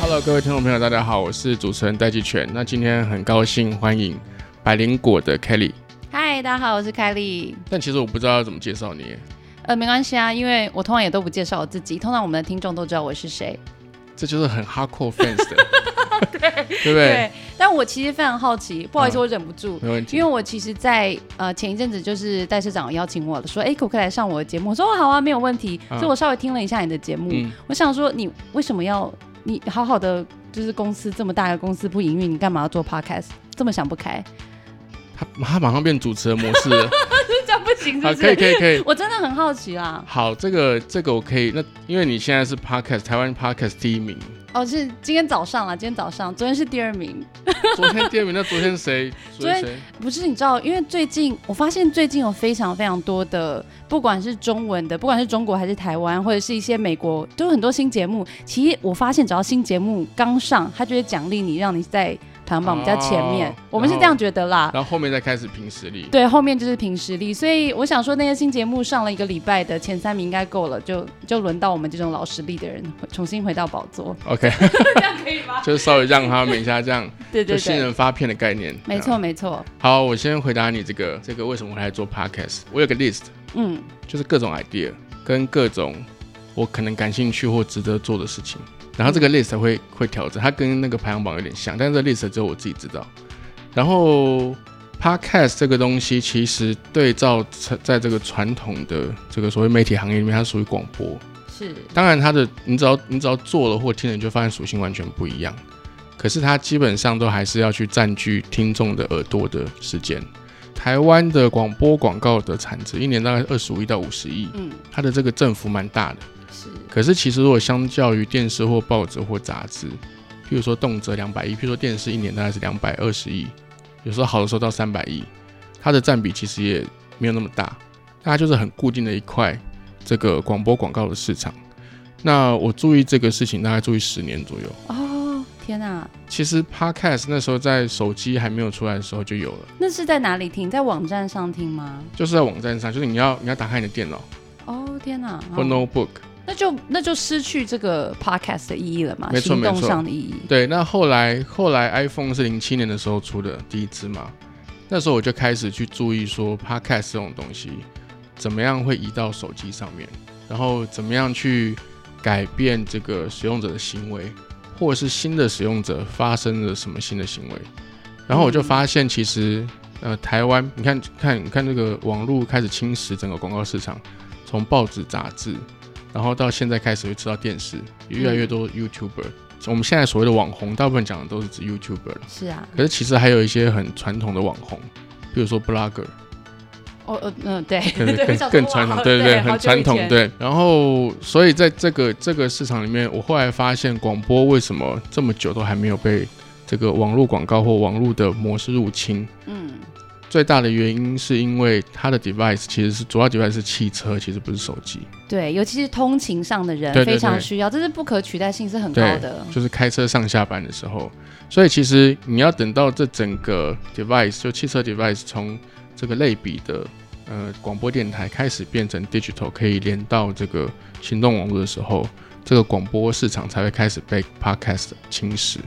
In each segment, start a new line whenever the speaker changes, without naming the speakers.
Hello，各位听众朋友，大家好，我是主持人戴季全。那今天很高兴欢迎百灵果的 Kelly，
嗨，大家好，我是凯莉。
但其实我不知道要怎么介绍你耶，
呃，没关系啊，因为我通常也都不介绍我自己，通常我们的听众都知道我是谁。
这就是很 hardcore fans 的， 对不对？，
但我其实非常好奇，不好意思，我忍不住。
没问题
因为。我其实在，呃前一阵子就是戴社长邀请我了，说哎可不可以来上我的节目？我说哦好啊，没有问题。
嗯
所以我稍微听了一下你的节目，
嗯
我想说你为什么要你好好的就是公司这么大的公司不营运，你干嘛要做 podcast？这么想不开，
他他马上变主持人模式 了，
这样不行是
好，
不
可以
是？
可以可以。
我真的很好奇啊啦。
好，这个这个我可以。那因为你现在是 podcast 台湾 podcast 第一名，
哦，是今天早上啦，啊今天早上，昨天是第二名，
昨天第二名，那昨天 谁？昨天谁？
不是，你知道，因为最近我发现最近有非常非常多的，不管是中文的，不管是中国还是台湾，或者是一些美国，都有很多新节目。其实我发现，只要新节目刚上，他就会奖励你，让你在排行榜比较前面。
哦
我们是这样觉得啦。
然后后面再开始凭实力。
对，后面就是凭实力，所以我想说，那些新节目上了一个礼拜的前三名应该够了，就就轮到我们这种老实力的人回重新回到宝 座，
OK，
这样可以吗？
就是稍微让他们一下，这样
对
就
对
新
对，
人发片的概念。
没错没错，
好，我先回答你这个这个为什么会来做 podcast。我有个 list，
嗯，
就是各种 idea 跟各种我可能感兴趣或值得做的事情。然后这个 list 会会调整，它跟那个排行榜有点像，但是这 list 只有我自己知道。然后 podcast 这个东西，其实对照在在这个传统的这个所谓媒体行业里面，它属于广播。
是
当然，它的你只要你只要做了或听了，你就发现属性完全不一样。可是它基本上都还是要去占据听众的耳朵的时间。台湾的广播广告的产值一年大概二十五亿到五十亿，
嗯
它的这个振幅蛮大的。
是，
可是其实如果相较于电视或报纸或杂志，譬如说动辄两百亿，譬如说电视一年大概是两百二十亿，有时候好的时候到三百亿，它的占比其实也没有那么大，它就是很固定的一块这个广播广告的市场。那我注意这个事情大概注意十年左右。
哦，天哪、
其实 Podcast 那时候在手机还没有出来的时候就有了，
那是在哪里听？在网站上听吗？
就是在网站上，就是你要你要打开你的电脑
哦，天哪！
或
哦
Notebook，
那就那就失去这个 podcast 的意义了嘛，
没错
行动
没错
上的意义。
对，那后来后来 iPhone 是零七年的时候出的第一支嘛，那时候我就开始去注意说 Podcast 这种东西怎么样会移到手机上面，然后怎么样去改变这个使用者的行为，或者是新的使用者发生了什么新的行为，然后我就发现其实呃台湾你看看你看这个网络开始侵蚀整个广告市场，从报纸杂志。然后到现在开始会吃到电视，也越来
嗯
越多 YouTuber，我们现在所谓的网红，大部分讲的都是指 YouTuber 了。
是啊，
可是其实还有一些很传统的网红，比如说 Blogger，
哦呃嗯、对，
更
对我
更
想说
更传统，
哇
对
对，
对，很传统，对。然后，所以在这个这个市场里面，我后来发现广播为什么这么久都还没有被这个网络广告或网络的模式入侵？
嗯，
最大的原因是因为它的 device 其实是主要 device 是汽车，其实不是手机，
对，尤其是通勤上的人
对对
非常
对
需要，这是不可取代性是很高
对
的。
就是开车上下班的时候。所以其实你要等到这整个 device 就汽车 device 从这个类比的呃广播电台开始变成 digital，可以连到这个行动网络的时候，这个广播市场才会开始被 podcast 侵蚀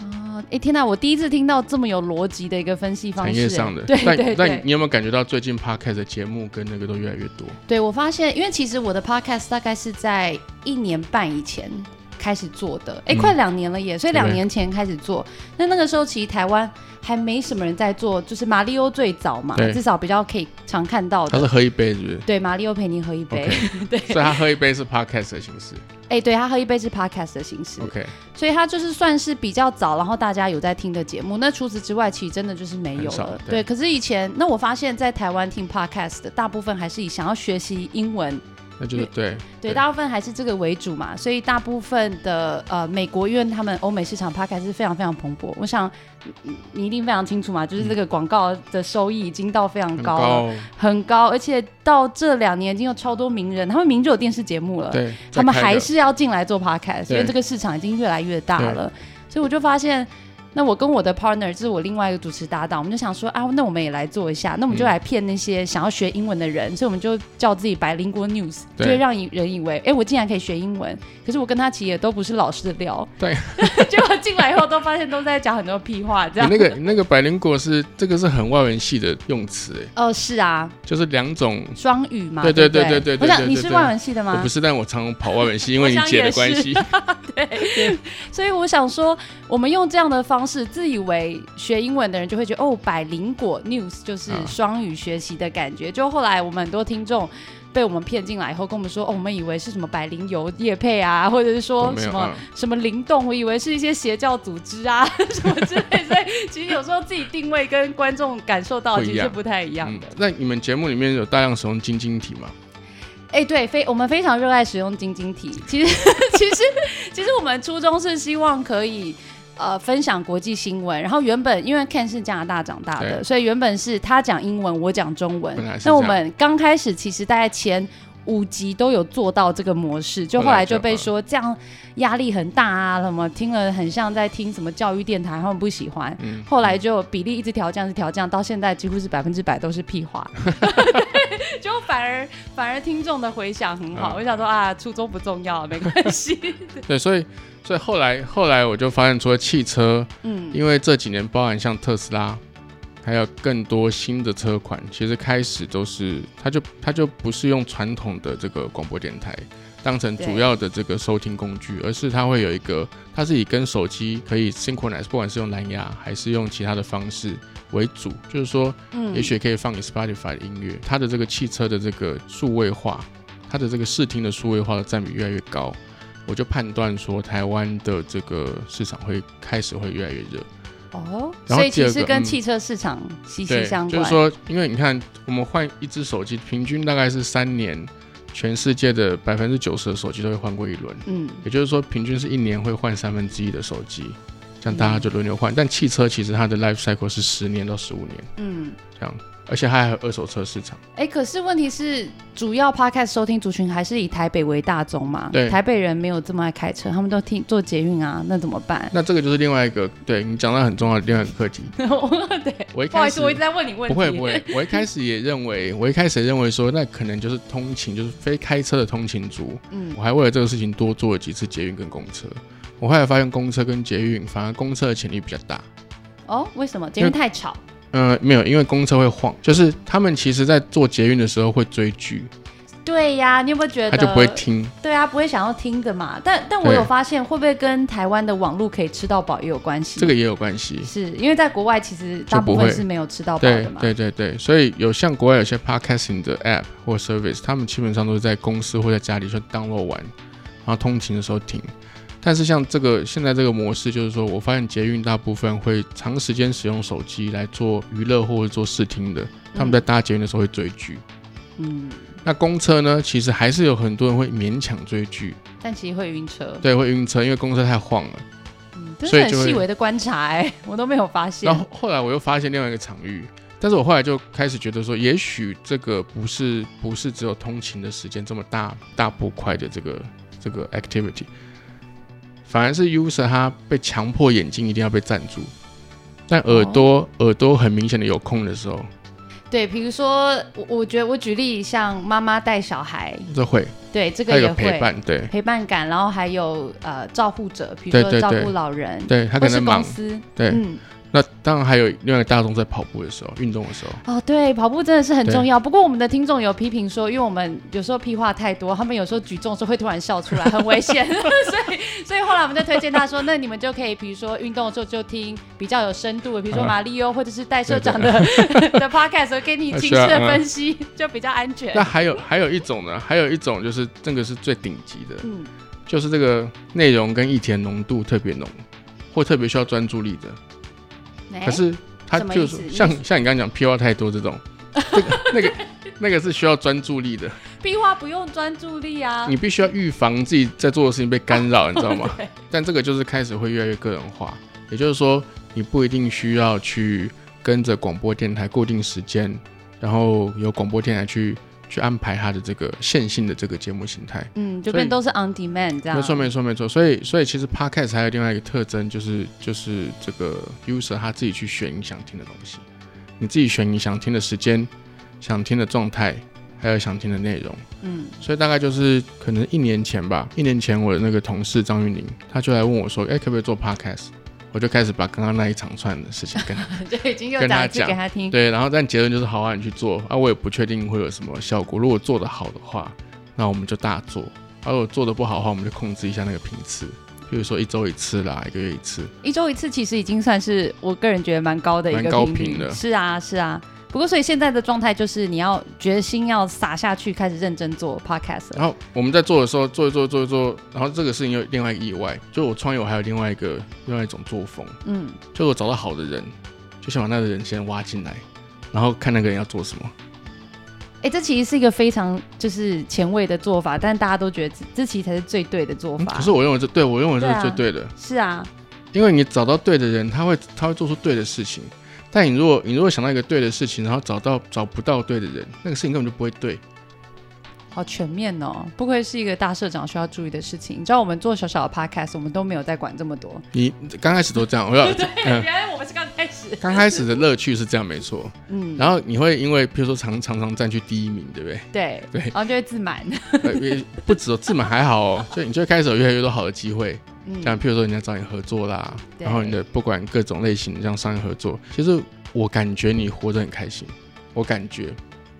哦，哎天哪，我第一次听到这么有逻辑的一个分析方式，
产业上的。
对
但
对
但
对，
你有没有感觉到最近 podcast 的节目跟那个都越来越多？
对我发现，因为其实我的 podcast 大概是在一年半以前开始做的，哎、
嗯
快两年了耶，所以
对
两年前开始做。那那个时候其实台湾还没什么人在做，就是马里欧最早嘛
对，
至少比较可以常看到
他
的。
是喝一杯是不是？
对，马里欧陪你喝一杯对，
所以他喝一杯是 podcast 的形式。
哎、对他喝一杯 是 podcast 的形式
OK，
所以他就是算是比较早，然后大家有在听的节目。那除此之外，其实真的就是没
很
有
少
了。
对
对，可是以前，那我发现在台湾听 podcast 的大部分还是以想要学习英文
那就是对
对，
对
大部分还是这个为主嘛，所以大部分的呃美国，因为他们欧美市场 p 开是非常非常蓬勃，我想你你一定非常清楚嘛，就是这个广告的收益已经到非常
很
高啊了，
高，
很高，而且到这两年已经有超多名人，他们明就有电视节目了，
对，
呃他们
在开
还
的
是要进来做 podcast，因
对
为这个市场已经越来越大了，所以我就发现。那我跟我的 partner 就是我另外一个主持搭档，我们就想说啊，那我们也来做一下，那我们就
嗯
来骗那些想要学英文的人，所以我们就叫自己白 i l news，就
对
会让人以为，哎、我竟然可以学英文，可是我跟他其实也都不是老师的料，
对，
结果进来以后都发现都在讲很多屁话，这
你
样。
那个你那个百灵果是这个是很外文系的用词，哎，
哦，是啊，
就是两种。
双语嘛。
对
对
对
不
对对对对
我想
对
你
对
是
对
外文系的
我
吗
不？是，但我常跑外文系，因为你姐的关 系。
所以我想说，我们用这样的方式，自以为学英文的人就会觉得哦，百灵果 news 就是
啊
双语学习的感觉。就后来我们很多听众被我们骗进来以后，跟我们说，哦，我们以为是什么百灵油叶配啊，或者是
我
说
没
什
有
么
啊，
什么灵动，我以为是一些邪教组织啊 什么之类。所以其实有时候自己定位跟观众感受到
不
其
一
实
样
是不太一样
嗯
的。，
那你们节目里面有大量使用晶晶体吗？
哎、对，非我们非常热爱使用晶晶体。其实，其实，其实我们初衷是希望可以。呃，分享国际新闻。然后原本因为 Ken 是加拿大长大的，
对
所以原本是他讲英文，我讲中文
本来。是
那我
这样
们刚开始其实大概前五集都有做到这个模式，就后
本来
来就
就
被
嗯
说这样压力很大啊，什么听了很像在听什么教育电台，他们不喜欢。
嗯，
后来就比例一直调降，一直调降，到现在几乎是百分之百都是屁 话，对就反而反而听众的回响很好。
嗯
我想说啊，初衷不重要，没关系。
对，所以所以后来后来我就发现，除了汽车，
嗯，
因为这几年包含像特斯拉，还有更多新的车款，其实开始都是它就它就不是用传统的这个广播电台当成主要的这个收听工具，而是它会有一个它是以跟手机可以 synchronize，不管是用蓝牙还是用其他的方式为主，就是说
嗯
也许可以放你 Spotify 的音乐，它的这个汽车的这个数位化，它的这个视听的数位化的占比越来越高，我就判断说台湾的这个市场会开始会越来越热。
哦，
然后
所以其
第
实
二个
跟
嗯
汽车市场息息
对
相，关。
就是说，因为你看，我们换一只手机，平均大概是三年，全世界的百分之九十的手机都会换过一轮。
嗯，
也就是说，平均是一年会换三分之一的手机，这样
嗯
大家就轮流换。但汽车其实它的 life cycle 是十年到十五年
嗯，
这样，而且它还有二手车市场。
哎，可是问题是，主要 podcast 收听族群还是以台北为大宗嘛？
对
台北人没有这么爱开车，他们都听坐捷运啊，那怎么办？
那这个就是另外一个，对你讲到很重要的另外一个课题。
对，
我一
不好
开
意
始
思，我一直在问你
不
问题。
会不会，我一开始也认 为，我一开始也认为说，那可能就是通勤，就是非开车的通勤族。
嗯
我还为了这个事情多做了几次捷运跟公车。我后来发现公车跟捷运，反而公车的潜力比较大。
哦，为什么捷运太吵？
呃，没有，因为公车会晃，就是他们其实在做捷运的时候会追剧，
对呀，你有没有觉得
他就不会听。
对啊，不会想要听的嘛。但但我
对
有发现，会不会跟台湾的网络可以吃到饱也有关系？
这个也有关系。
是因为在国外其实大
就
部
不
分
会
是没有吃到饱
对
的嘛。
对对对，所以有像国外有些 podcasting 的 app 或 service，他们基本上都是在公司或在家里就 download 完，然后通勤的时候听。但是像这个现在这个模式，就是说我发现捷运大部分会长时间使用手机来做娱乐或者做视听的，他们在搭捷运的时候会追剧。
嗯，
那公车呢，其实还是有很多人会勉强追剧，
但其实会晕车，
对，会晕车，因为公车太晃了。
嗯这
所
是
以
很
就会
细微的观察哎、 我都没有发现
然。后后来我又发现另外一个场域，但是我后来就开始觉得说，也许这个不是不是只有通勤的时间这么大大步快的这个这个 activity，反而是 user 他被强迫眼睛一定要被占住，但
哦
耳朵、耳朵很明显的有空的时候，
对，比如说我我觉得我举例，像妈妈带小孩，
这会
对这
他
个也
有
会
陪伴，对
陪伴感，然后还有呃照护者，比如
对
说
对
照顾
对
老人，
对，他
或
可
是
能
公
忙，
司，
对，
嗯。
那当然还有另外一个大众在跑步的时候，运动的时候，
哦，对，跑步真的是很
对
重要。不过我们的听众有批评说，因为我们有时候屁话太多，他们有时候举重的时候会突然笑出来，很危 险。所以，所以后来我们就推荐他说，那你们就可以，比如说运动的时候就听比较有深度的，比如说
啊
马里奥或者是戴社长的 的 podcast，给你情绪
是啊
的
嗯
分析，就比较安全
那。还有还有一种呢，还有一种就是这个是最顶级的，
嗯，
就是这个内容跟议题的浓度特别浓，或特别需要专注力的。
哎
可是它
什么
就
意思
是像
意思
像你刚刚讲屁话太多这种，这 个那个那个是需要专注力的，
屁话不用专注力啊
你。必须要预防自己在做的事情被干扰，你知 道吗？但这个就是开始会越来越个人化，也就是说你不一定需要去跟着广播电台固定时间，然后由广播电台去去安排它的这个线性的这个节目形态。
嗯，就
所以
变都是 on demand 这样。
没错，没错，没错。所以，所以其实 podcast 还有另外一个特征，就是就是这个 user 他自己去选你想听的东西，你自己选你想听的时间、想听的状态，还有想听的内容。
嗯，
所以大概就是可能一年前吧，一年前我的那个同事张玉宁，他就来问我说：“哎、可不可以做 podcast？” 我就开始把刚刚那一长串的事情跟他
就已经又
跟
讲
他
一次
讲
给他听。
对，然后但结论就是好啊，你去做啊，我也不确定会有什么效果。如果做得好的话，那我们就大做；而、如果做得不好的话，我们就控制一下那个频次，比如说一周一次啦，一个月一次。
一周一次其实已经算是我个人觉得蛮高的一
蛮
个
高
频率
频的
是啊，是啊。不过，所以现在的状态就是你要决心要撒下去，开始认真做 podcast 了。
然后我们在做的时候，做一做做一做，然后这个事情又有另外一个意外，就我创业我还有另外一个另外一种作风，
嗯，
就我找到好的人，就想把那个人先挖进来，然后看那个人要做什么。
哎、这其实是一个非常就是前卫的做法，但大家都觉得这这其实才是最对的做
嗯
法。
可是我认为这对我认为这
对
是
啊
最对的，
是啊，
因为你找到对的人，他会他会做出对的事情。但你如果你如果想到一个对的事情，然后找到找不到对的人，那个事情根本就不会对。
好全面哦，不愧是一个大社长需要注意的事情。你知道我们做小小的 podcast，我们都没有在管这么 多。
你刚开始都这样，我要嗯，
来我们是刚开始，
刚开始的乐趣是这样没错。
嗯，
然后你会因为比如说常常常占据第一名，对不对？
对
对
然后就会自满。
呃也不止哦，自满还好哦，所以你就会开始有越来越多好的机会。
嗯
像譬如说人家找你合作啦，
对
然后你的不管各种类型这样商业合作，其实我感觉你活得很开心，我感觉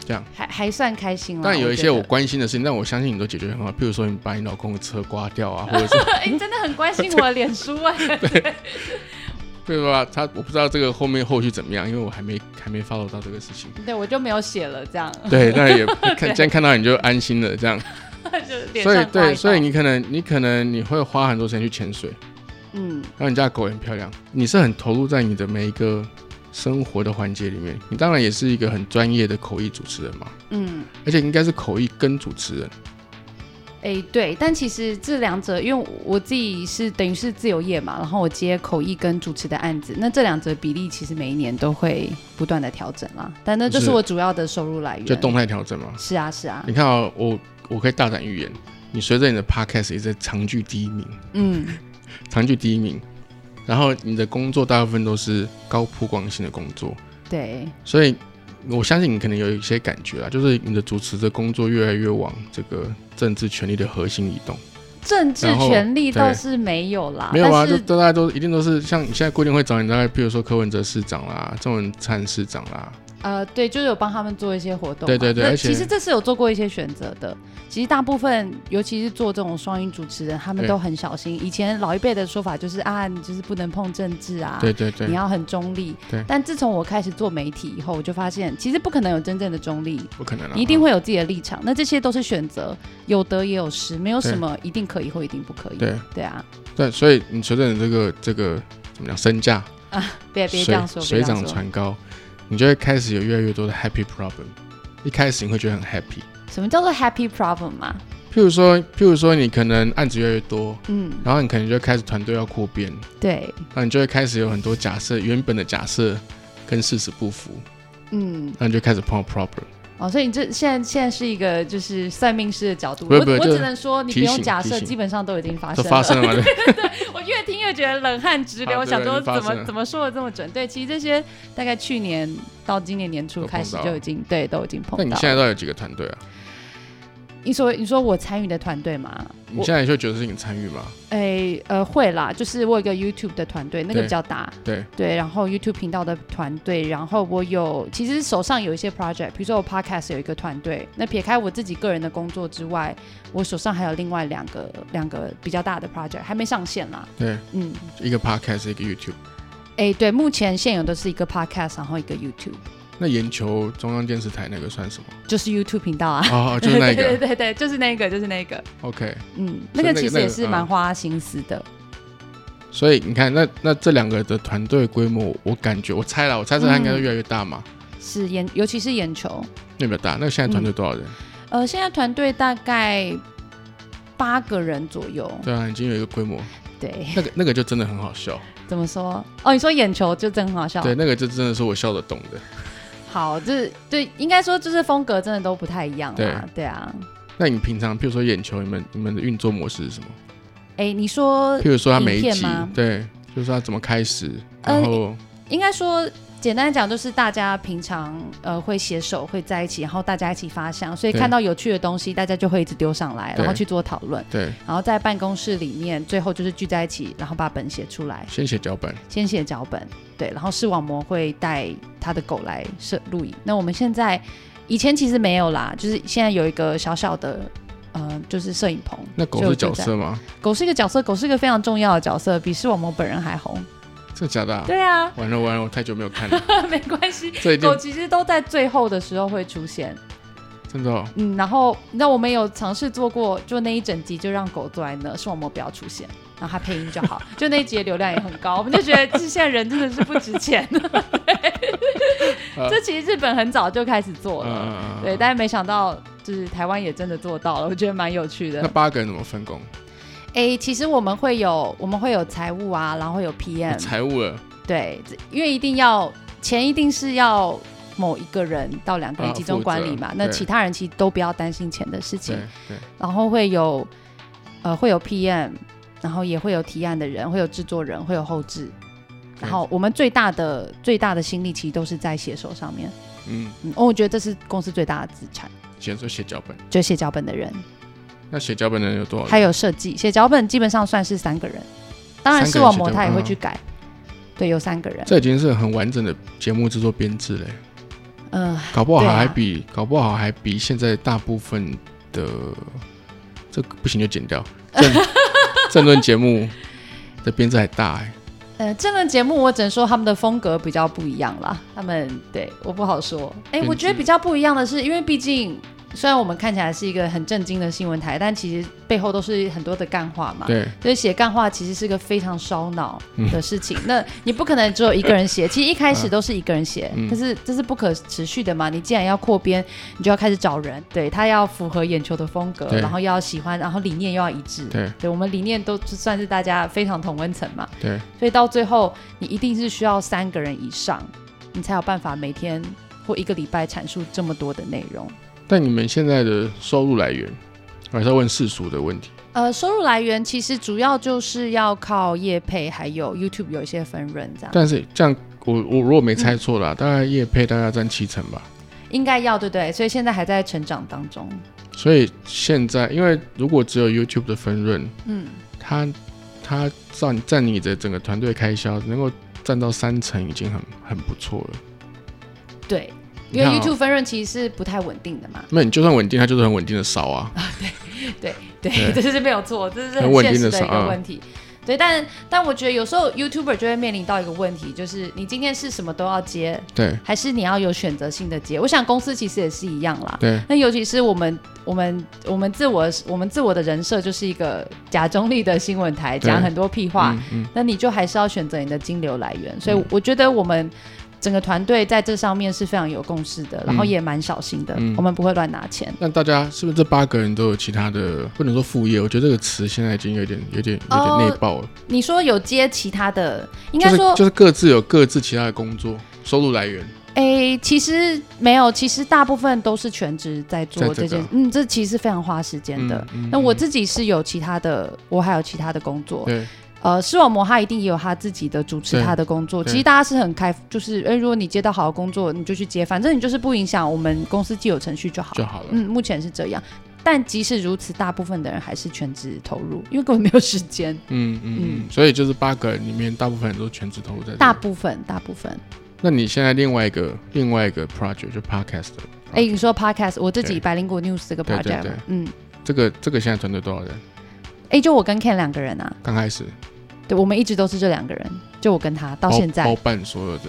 这样。
还还算开心了。
但有一些
嗯觉得
我关心的事情，但我相信你都解决得很好。譬如说，你把你老公的车刮掉啊，或者 是，
哎、你真的很关心我的脸书 哎、
譬如说啊他，我不知道这个后面后续怎么样，因为我还没还没 follow 到这个事 情。
对我就没有写了，这样
对，那 也看今天看到你就安心了，这样。
就 脸
所以
上挂一
对，
刀
所以你可能你可能你会花很多时间去潜水，
嗯，
然后你家的狗也很漂亮，你是很投入在你的每一个生活的环节里面。你当然也是一个很专业的口译主持人嘛，
嗯，
而且应该是口译跟主持人。
哎、对，但其实这两者，因为我自己是等于是自由业嘛，然后我接口译跟主持的案子，那这两者比例其实每一年都会不断的调整啦，但那就是
是
我主要的收入来源。
就动态调整嘛。
是啊，是啊，
你看啊，我我可以大胆预言，你随着你的 podcast 也在长居第一名，
嗯，
长居第一名，然后你的工作大部分都是高曝光性的工作，
对，
所以我相信你可能有一些感觉啦，就是你的主持的工作越来越往这个政治权力的核心移动。
政治
然后
权利倒
对
是没有啦，
没有啊，
但
就是大家都一定都是像你现在固定会找你，大概比如说柯文哲市长啦、郑文灿市长啦，
呃，对，就是有帮他们做一些活动嘛。
对对对
那
而且
其实这是有做过一些选择的。其实大部分，尤其是做这种双语主持人，他们
对
都很小心。以前老一辈的说法就是啊，你就是不能碰政治啊，
对对对
你，要很中立
对。
但自从我开始做媒体以后，我就发现其实不可能有真正的中立。
不可能啊，
你一定会有自己的立场，那这些都是选择，有得也有失，没有什么一定可以或一定不可以。
对
啊，
对，所以你随着你这个这个怎么讲身价，
别别这
水
样说，别
水
这样
涨
说。
船高，你就会开始有越来越多的 happy problem。一开始你会觉得很 happy，
什么叫做 happy problem 啊嘛？
譬如说，譬如说你可能案子越来越多，
嗯，
然后你可能就开始团队要扩编，
对，
那你就会开始有很多假设，原本的假设跟事实不符，
嗯。
那你就开始碰到 problem。
哦，所以你这现在现在是一个就是算命师的角度，
不是不是
我我
就
只能说你不
提
用
醒
假
提
设，
醒
基本上都已经发
都
生了。
发生了嘛？对
我越听越觉得冷汗直流，
啊
我想
对
说
已经发
怎
生
么
了
怎么说的这么准？对，其实这些大概去年到今年年初
都
开始
碰到
就已经对都已经碰
那
到。
你现在到底有几个团队啊？
你说你说我参与的团队嘛，
你
我
现在就觉得是你参与吗？
哎呃会啦，就是我有一个 YouTube 的团队，那个
对
比较大，
对
对，然后 YouTube 频道的团队，然后我有其实手上有一些 project，比如说我 podcast 有一个团队。那撇开我自己个人的工作之外，我手上还有另外两个两个比较大的 project 还没上线啦。
对，
嗯，
一个 podcast，一个 YouTube。
哎，对，目前现有的是一个 podcast，然后一个 YouTube，
那研求中央电视台那个算什么？
就是 YouTube 频道啊。
哦，哦就是那
对
个。
对对对，就是那个，就是那个，
OK，
嗯，
所以那
那
个
个其实
那
也
个
是
嗯
蛮花心思的。
所以你看，那那这两个的团队规模，我感觉我猜了，我猜测它应该
嗯
会越来越大嘛。
是眼，尤其是眼球，
那比较大。那现在团队多少人？
呃，现在团队大概八个人左右，
对啊，已经有一个规 模。
对，
那个那个就真的很好笑，
怎么说？哦，你说眼球就真很好笑，
对，那个就真的是我笑得懂的。
好，就是对，应该说就是风格真的都不太一样啦。对啊，
那你平常，譬如说眼球，你们你们的运作模式是什么？
哎，你说
譬如说它每一
影
集
片吗，
对，就是它怎么开始，
呃
然后
应该说。简单讲，就是大家平常呃会携手会在一起，然后大家一起发想，所以
对
看到有趣的东西，大家就会一直丢上来，然后
对
去做讨论，
对，
然后在办公室里面，最后就是聚在一起，然后把本写出来，
先写脚本，
先写脚本，对，然后视网膜会带他的狗来摄录影。那我们现在以前其实没有啦，就是现在有一个小小的，呃，就是摄影棚。
那狗
所以
是
我就
角
在，
色吗？
狗是一个角色，狗是一个非常重要的角色，比视网膜本人 还红。
真的假的啊？
对啊，
完了完了，我太久没有看了，
没关系，
这一定
狗其实都在最后的时候会出现。
真的哦，
嗯，然后你知道我们有尝试做过，就那一整集就让狗坐在那，视网膜不要出现，然后它配音就好，就那一集的流量也很高，我们就觉得这现在人真的是不值钱。 对， 这其实日本很早就开始做
嗯
了，
嗯嗯，
对，但是没想到就是台湾也真的做到了，我觉得蛮有趣的
那。八个人怎么分工？
哎，其实我们会有我们会有财务啊，然后会有 PM，
财务了
对，这因为一定要钱一定是要某一个人到两个人
啊
集中管理嘛，
负责
那
对
其他人其实都不要担心钱的事情
对。对，
然后会有呃会有 PM，然后也会有提案的人，会有制作人，会有后置。然后我们最大的最大的心力其实都是在写手上面，
嗯，
嗯，哦我觉得这是公司最大的资产，
先说写脚本，
就写脚本的人，
那写脚本的人有多少人？
还有设计，写脚本基本上算是三个人，当然
三个
视
人
网
写
膜
脚
他也
本
会
嗯
去改，对，有三个人，
这已经是很完整的节目制作编制嘞，
嗯、
搞不好
对啊
还比、搞不好还比现在大部分的这个不行就剪 掉政政论节目的编制还大 哎，
呃，这个节目我只能说他们的风格比较不一样啦。他们对我不好说。哎、
编
我觉得
制
比较不一样的是，因为毕竟虽然我们看起来是一个很震惊的新闻台，但其实背后都是很多的干话嘛。
对，嗯
所以写干话其实是个非常烧脑的事情。那你不可能只有一个 人写，其实一开始都是一个人写，
嗯
可是这是不可持续的嘛。你既然要扩编，你就要开始找人，对他要符合眼球的风格，
对
然后要喜欢，然后理念又要一致。
对
对我们理念都算是大家非常同温层嘛。
对，
所以到最后，你一定是需要三个人以上，你才有办法每天或一个礼拜阐述这么多的内容。
但你们现在的收入来源，我还是要问世俗的问题。
呃，收入来源其实主要就是要靠业配，还有 YouTube 有一些分润这样，
但是这样，我我如果没猜错啦，大概业配大概占七成吧。
应该要对不对？所以现在还在成长当中。
所以现在，因为如果只有 YouTube 的分润，
嗯，
它它占占你的整个团队开销，能够占到三成，已经很很不错了。
对，
你
因为
看哦
YouTube 分润其实是不太稳定的嘛。
那你就算稳定，它就是很稳定的少啊。
嗯对，
对
这是没有错，这是
很稳
现
定的
实的一
上
个
啊
问题。对，但但我觉得有时候 YouTuber 就会面临到一个问题，就是你今天是什么都要接，
对
还是你要有选择性的接？我想公司其实也是一样啦。
对
那尤其是我们我们我们自我我们自我的人设就是一个假中立的新闻台，
对
讲很多屁话，
嗯嗯，
那你就还是要选择你的金流来源。所以
嗯
我觉得我们整个团队在这上面是非常有共识的，然后也蛮小心的，
嗯
我们不会乱拿钱。
那大家是不是这八个人都有其他的，不能说副业？我觉得这个词现在已经有点、有点、有点
哦
内爆了。
你说有接其他的，应
就
该
是
说，
就是各自有各自其他的工作收入来源。
诶、其实没有，其实大部分都是全职在
在
做
这
这
个
件，嗯，这其实是非常花时间的。
嗯嗯
那我
嗯
自己是有其他的，我还有其他的工作，
对
呃，视网膜他一定也有他自己的主持
对
他的工作，
对
其实大家是很开，就是哎、如果你接到好的工作，你就去接，反正你就是不影响我们公司既有程序就好。
就好了。
嗯，目前是这样，但即使如此，大部分的人还是全职投入，因为根本没有时间。
嗯嗯嗯，所以就是八个人里面，大部分人都全职投入在这
大
个。
部分，大部分。
那你现在另外一个另外一个 project 就 podcast 的
哎、你说 podcast，我自己
对
百灵果 news 这个
对
project，
对对
嘛嗯，
这个这个现在团队多少人？
哎、就我跟 Ken 两个人啊，
刚开始
对，我们一直都是这两个人，就我跟他到
包
现在，
包办所有的，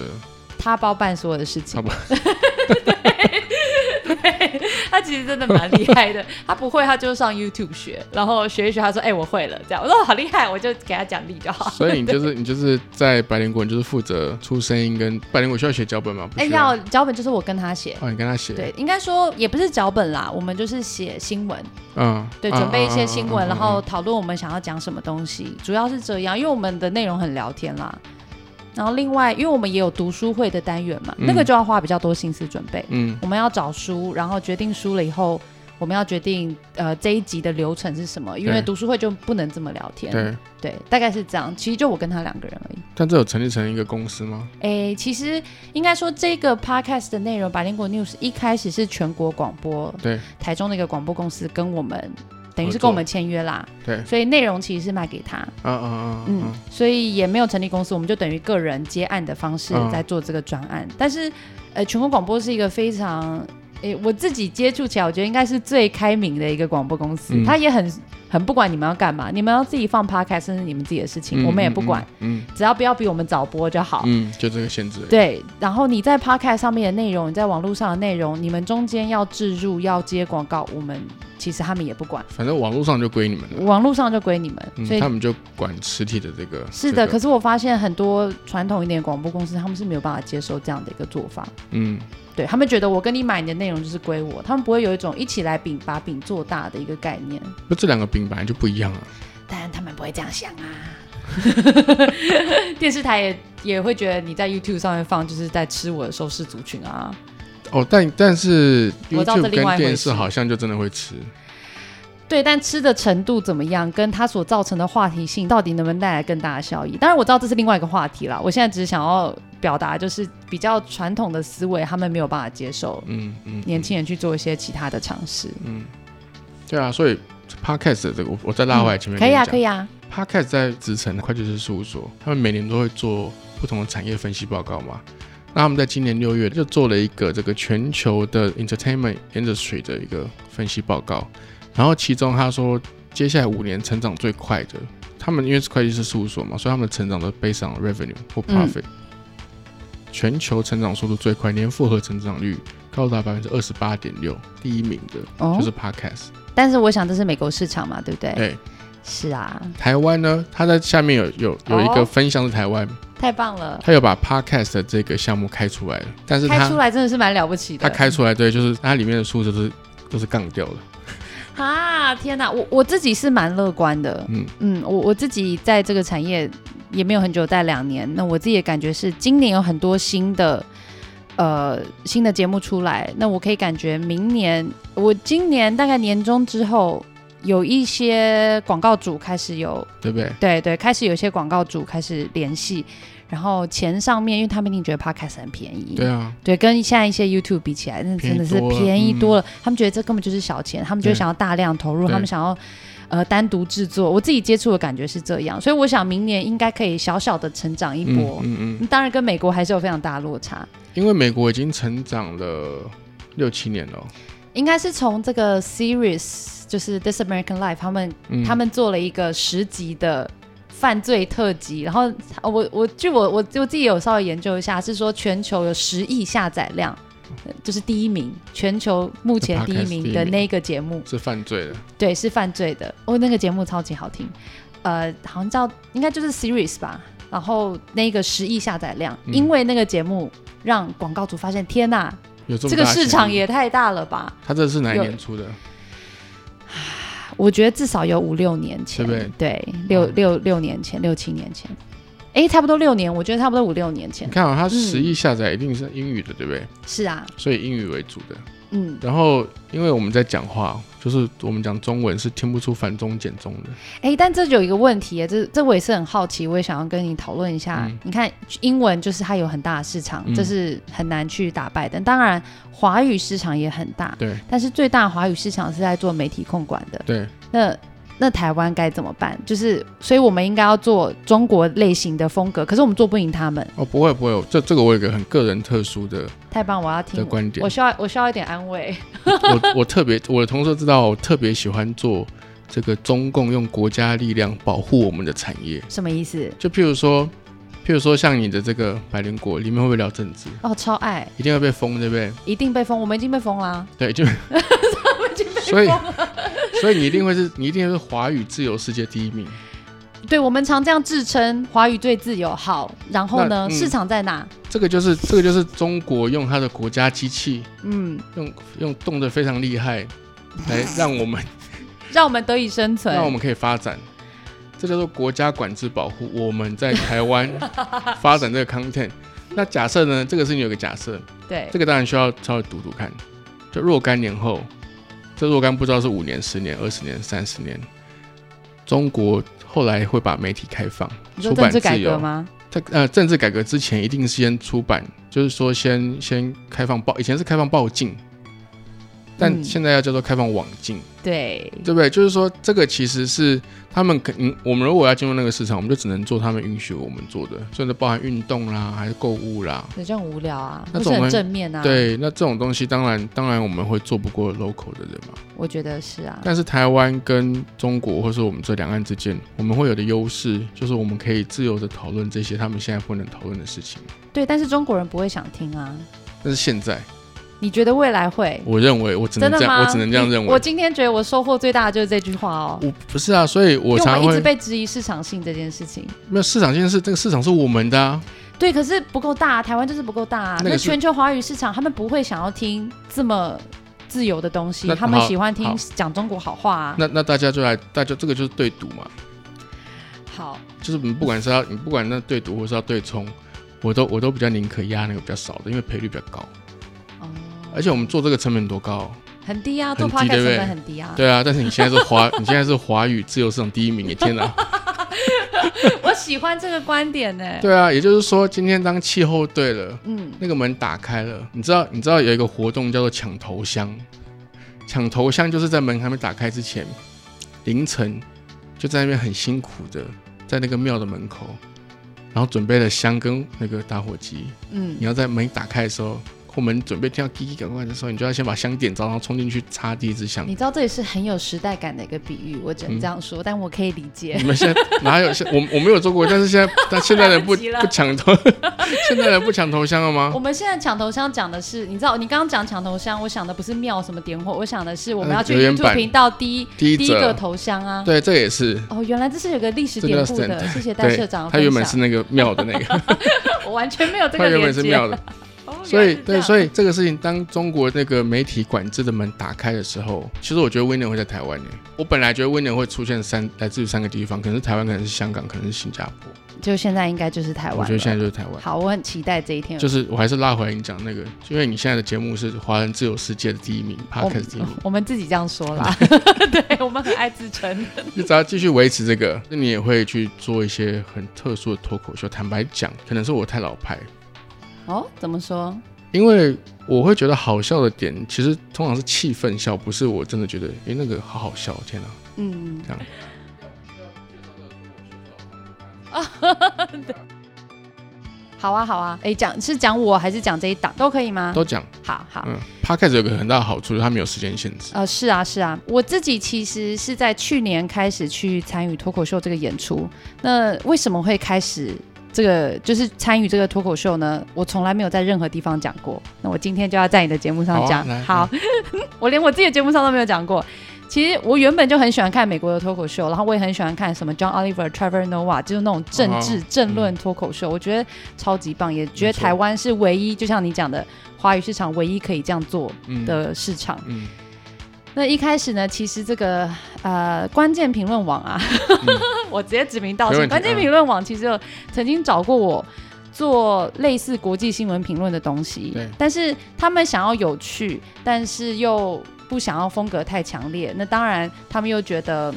他包办所有的事
他
情
包。
对，他其实真的蛮厉害的。他不会，他就上 YouTube 学，然后学一学，他说：“哎、我会了。”这样，我说：“好厉害！”我就给他奖励就好。
所以你就是你就是在百灵果，你就是负责出声音跟百灵果需要写脚本吗？不
哎、
需
要脚本就是我跟他写。
哦，你跟他写
对，应该说也不是脚本啦，我们就是写新闻，
嗯，
对，
啊
准备一
啊啊
些
啊
新
啊
闻，
啊
然后讨论我们想要讲什么东西，主要是这样，因为我们的内容很聊天啦，然后另外，因为我们也有读书会的单元嘛，那个
嗯
就要花比较多心思准备。
嗯
我们要找书，然后决定书了以后，我们要决定呃这一集的流程是什么，因为
对
读书会就不能这么聊天。
对。
对大概是这样。其实就我跟他两个人而已。
但这有成立成一个公司吗？
诶，其实应该说这个 podcast 的内容，百灵果 news 一开始是全国广播，
对，
台中的一个广播公司跟我们，等于是
合作
跟我们签约啦，
对
所以内容其实是卖给他，
啊啊啊，
嗯，
嗯，
所以也没有成立公司，我们就等于个人接案的方式
嗯
在做这个专案。但是，呃，全国广播是一个非常，诶，我自己接触起来，我觉得应该是最开明的一个广播公司，
嗯
他也很很不管你们要干嘛，你们要自己放 podcast 那是你们自己的事
嗯
情，我们也不管，，
嗯
只要不要比我们早播就好。
嗯，嗯就这个限制而已。
对，然后你在 Podcast 上面的内容，你在网络上的内容，你们中间要置入、要接广告，我们其实他们也不管，
反正网络上就归你们了，
网络上就归你们。
嗯
所以
他们就管实体的这个。
是的，
这
可
个
是我发现很多传统一点的广播公司，他们是没有办法接受这样的一个做法。
嗯，
对他们觉得我跟你买你的内容就是归我，他们不会有一种一起来饼把饼做大的一个概念。
不，这两个饼本来就不一样啊。
当然他们不会这样 想啊。电视台也也会觉得你在 YouTube 上面放就是在吃我的收视族群啊。
哦，但但是
我知道这
YouTube
另外
跟
一回
电视
事
好像就真的会吃，
对，但吃的程度怎么样，跟它所造成的话题性，到底能不能带来更大的效益？当然，我知道这是另外一个话题啦。我现在只是想要表达，就是比较传统的思维，他们没有办法接受
嗯嗯，
年轻人去做一些其他的尝试。
对啊，所以 Podcast 的这个我我再拉回来前面、
可以啊，可
以。
以啊，
Podcast 在职城会计师事务所，他们每年都会做不同的产业分析报告嘛。那他们在今年六月就做了一个这个全球的 entertainment industry 的一个分析报告，然后其中他说，接下来五年成长最快的，他们因为是会计师事务所嘛，所以他们成长的 based on revenue 或
嗯
profit，、全球成长速度最快，年复合成长率高达百分之二十八点六，第一名的、
哦
就是 Podcast。
但是我想这是美国市场嘛，对不对？
对，
是啊，
台湾呢，它在下面有有有一个
哦
分项是台湾，
太棒了，
它有把 podcast 的这个项目开出来了，但是
开出
它
来真的是蛮了不起
它
的。
开出来对，就是它里面的数字都是都是杠掉了，
啊，天哪，我我自己是蛮乐观的。
嗯
嗯，我我自己在这个产业也没有很久，待两年。那我自己的感觉是，今年有很多新的呃新的节目出来，那我可以感觉明年，我今年大概年中之后，有一些广告主开始有
对不对？
对对，开始有一些广告主开始联系，然后钱上面，因为他们一定觉得 podcast 很便宜，
对啊，
对，跟现在一些 YouTube 比起来，那真的是
便宜多了嗯
便宜多了。他们觉得这根本就是小钱，他们就
对
想要大量投入，
对
他们想要呃单独制作。我自己接触的感觉是这样，所以我想明年应该可以小小的成长一
嗯
波。
嗯嗯，
当然，跟美国还是有非常大的落差，
因为美国已经成长了六七年了哦，
应该是从这个 series 就是 This American Life 他们
嗯，
他们做了一个十集的犯罪特辑，然后呃我我据我我我自己有稍微研究一下，是说全球有十亿下载量。呃就是第一名，全球目前
The
第一
podcast 第一
名
名
的那个节目，
是犯罪了，
对，是犯罪的。哦，那个节目超级好听，呃，好像叫应该就是 series 吧。然后那个十亿下载量，
嗯
因为那个节目让广告主发现，天呐，
有这么
这个
大的
市场
潜力，
也太大了吧！
它这是哪一
有
年出的？
我觉得至少有五六年前，
对不
六
嗯
六六年前，六七年前，哎，差不多六年，我觉得差不多五六年前
你。看啊，它
嗯
十亿下载一定是英语的，对不对？
是啊，
所以英语为主的。
嗯，
然后因为我们在讲话，就是我们讲中文是听不出繁中简中的，
哎，但这就有一个问题耶，这这我也是很好奇，我也想要跟你讨论一下。
嗯
你看，英文就是它有很大的市场，
嗯
这是很难去打败的。当然，华语市场也很大，
对
但是最大的华语市场是在做媒体控管的。
对，
那那台湾该怎么办？就是，所以我们应该要做中国类型的风格，可是我们做不赢他们。
哦，不会不会，这这个我有一个很个人特殊的
太棒，我要
的
听。
观点
我，需要我需要一点安慰。
我我特别我的同事知道，我特别喜欢做这个中共用国家力量保护我们的产业，
什么意思？
就譬如说，譬如说像你的这个百灵果里面会不会聊政治？
哦，超爱，
一定会被封，对不对？
一定被封，我们已经被封 啦。
对，就所以所以你一定会是，你一定是华语自由世界第一名。
对，我们常这样自称华语最自由。好，然后
那
呢？
嗯
市场在哪？
这个就是这个就是中国用它的国家机器，
嗯，
用用动得非常厉害，来让我们
让我们得以生存。
让我们可以发展。这叫做国家管制保护我们在台 湾发展这个 content。那假设呢？这个事情有个假设，
对
这个当然需要稍微读读看。就若干年后，这若干不知道是五年、十年、二十年、三十年，中国后来会把媒体开放、
你说
出
政
版自
治改革
由。
吗？
在呃政治改革之前，一定先出版，就是说先先开放报，以前是开放报禁，但
嗯
现在要叫做开放网禁，
对，
对不对？就是说这个其实是他们可嗯，我们如果要进入那个市场，我们就只能做他们允许我们做的，所以这包含运动啦，还是购物啦。
所以就很无聊啊，
那
不
种我
是很
们
正面啊。，
对，那这种东西当然当然我们会做不过 local 的人嘛，
我觉得是啊。
但是台湾跟中国或是我们这两岸之间，我们会有的优势就是我们可以自由的讨论这些他们现在不能讨论的事情，
对，但是中国人不会想听啊。
但是现在。
你觉得未来会？
我认为我只能
真
这
的
样，
吗？
我只能这样
你
认为。
我
我
今天觉得我收获最大的就是这句话哦，
不是啊，所以我
因为
常
我们一
会
直被质疑市场性这件事情。
没有市场性是这个市场是我们的啊，
对，可是不够大，台湾就是不够大、啊。
那个
那
是
全球华语市场，他们不会想要听这么自由的东西
那，
他们
好
喜欢听
好
讲中国好话、啊。
那那大家就来，大家这个就是对赌嘛，
好，
就是你不管是要你不管那对赌或是要对冲，我都我都比较宁可压那个比较少的，因为赔率比较高，
哦、
而且我们做这个成本多高？
很低啊，做
很低
podcast
对不
成
对
本很低啊。
对啊，但是你现在是华，你现在是华语自由市场第一名耶，天哪！
我喜欢这个观点呢、
对啊，也就是说今天当气候对了，
嗯，
那个门打开了，你知道你知道有一个活动叫做抢头香，抢头香就是在门还没打开之前，凌晨就在那边很辛苦的在那个庙的门口，然后准备了香跟那个打火机，
嗯，
你要在门打开的时候。或门准备听到滴滴赶快的时候，你就要先把香点着，然后冲进去插第一支香
你。知道这也是很有时代感的一个比喻，我只能这样
嗯
说，但我可以理解
你。们现在哪有？现我我没有做过，但是现 在但现在人不
来不及了
不抢头，现在人不抢头香了吗
我？们现在抢头香讲的是，你知道，你刚刚讲抢头香，我想的不是庙什么点火，我想的是我们要去
呃留言
YouTube
板
频道第一
第一
第一
则，
个头香啊。
对，这也是
哦，原来这是有个历史典故
这个
的，谢谢戴
对，
社长的分享。
他原本是那个庙的那个，
我完全没有 这
他
个
原
连
本是
接。
庙的，
哦
所以对，所
以
以这个事情，当中国那个媒体管制的门打开的时候，其实我觉得 Winner 会在台湾呢。欸我本来觉得 Winner 会出现三来自于三个地方，可能是台湾，可能是香港，可能是新加坡。
就现在应该就是台湾了。
我觉得现在就是台湾。
好，我很期待这一天。
就是我还是拉回来你讲那个，因为你现在的节目是华人自由世界的第一名 p o
我
d c a s t 第一名，
我们自己这样说
啊
啦， 对我们很爱自称。
你只要继续维持这个， 那你也会去做一些很特殊的脱口秀。坦白讲，可能是我太老派，
哦，怎么说？
因为我会觉得好笑的点，其实通常是气氛笑，不是我真的觉得，诶，那个好好笑，天哪！
嗯， 好啊，好啊。哎，讲是讲我还是讲这一档都可以吗？
都讲，
好啊好。
嗯 p o d c a s 有个很大的好处，就是它没有时间限制。
呃，是啊，是啊，我自己其实是在去年开始去参与脱口秀这个演出。那为什么会开始这个就是参与这个脱口秀呢？我从来没有在任何地方讲过。那我今天就要在你的节
好
目上
啊
讲。
来
好， 我连我自己的节目上都没有讲过。其实我原本就很喜欢看美国的脱口秀，然后我也很喜欢看什么 John Oliver、Trevor Noah，就是那种政治、
哦
政论脱口秀，我觉得超级棒，也觉得
没错
台湾是唯一，就像你讲的，华语市场唯一可以这样做
嗯
的市场。
嗯，
那一开始呢，其实这个呃关键评论网啊， 我直接指名道
嗯没
姓。
问题嗯
关键评论网其实有曾经找过我做类似国际新闻评论的东西
对，
但是他们想要有趣，但是又不想要风格太强烈。那当然，他们又觉得。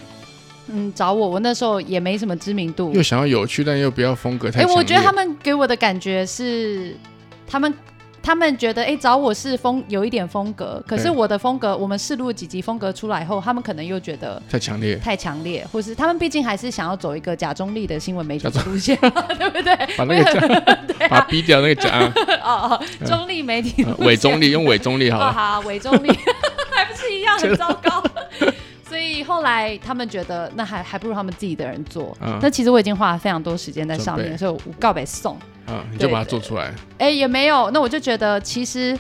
嗯，找我，我那时候也没什么知名度，
又想要有趣，但又不要风格太
哎、
强烈。
嗯我觉得他们给我的感觉是，他们他们觉得哎、找我是风有一点风格，可是
对
我的风格，我们试录几集风格出来后，他们可能又觉得。
太强烈，
太强烈，或是他们毕竟还是想要走一个假中立的新闻媒体的路线 嘛，对不对？
把那个 讲，
对
把
啊，
逼掉那个讲， 啊
哦哦，中立媒体路
呃
线
伪中立，用伪中立好
哦，
了。
好，伪中立 还不是一样很糟 糕。所以后来他们觉得，那还还不如他们自己的人做。
嗯
那其实我已经花了非常多时间在上
准
面，
备
所以我告白送。
啊，你就把它做出来。
哎、也没有。那我就觉得其实，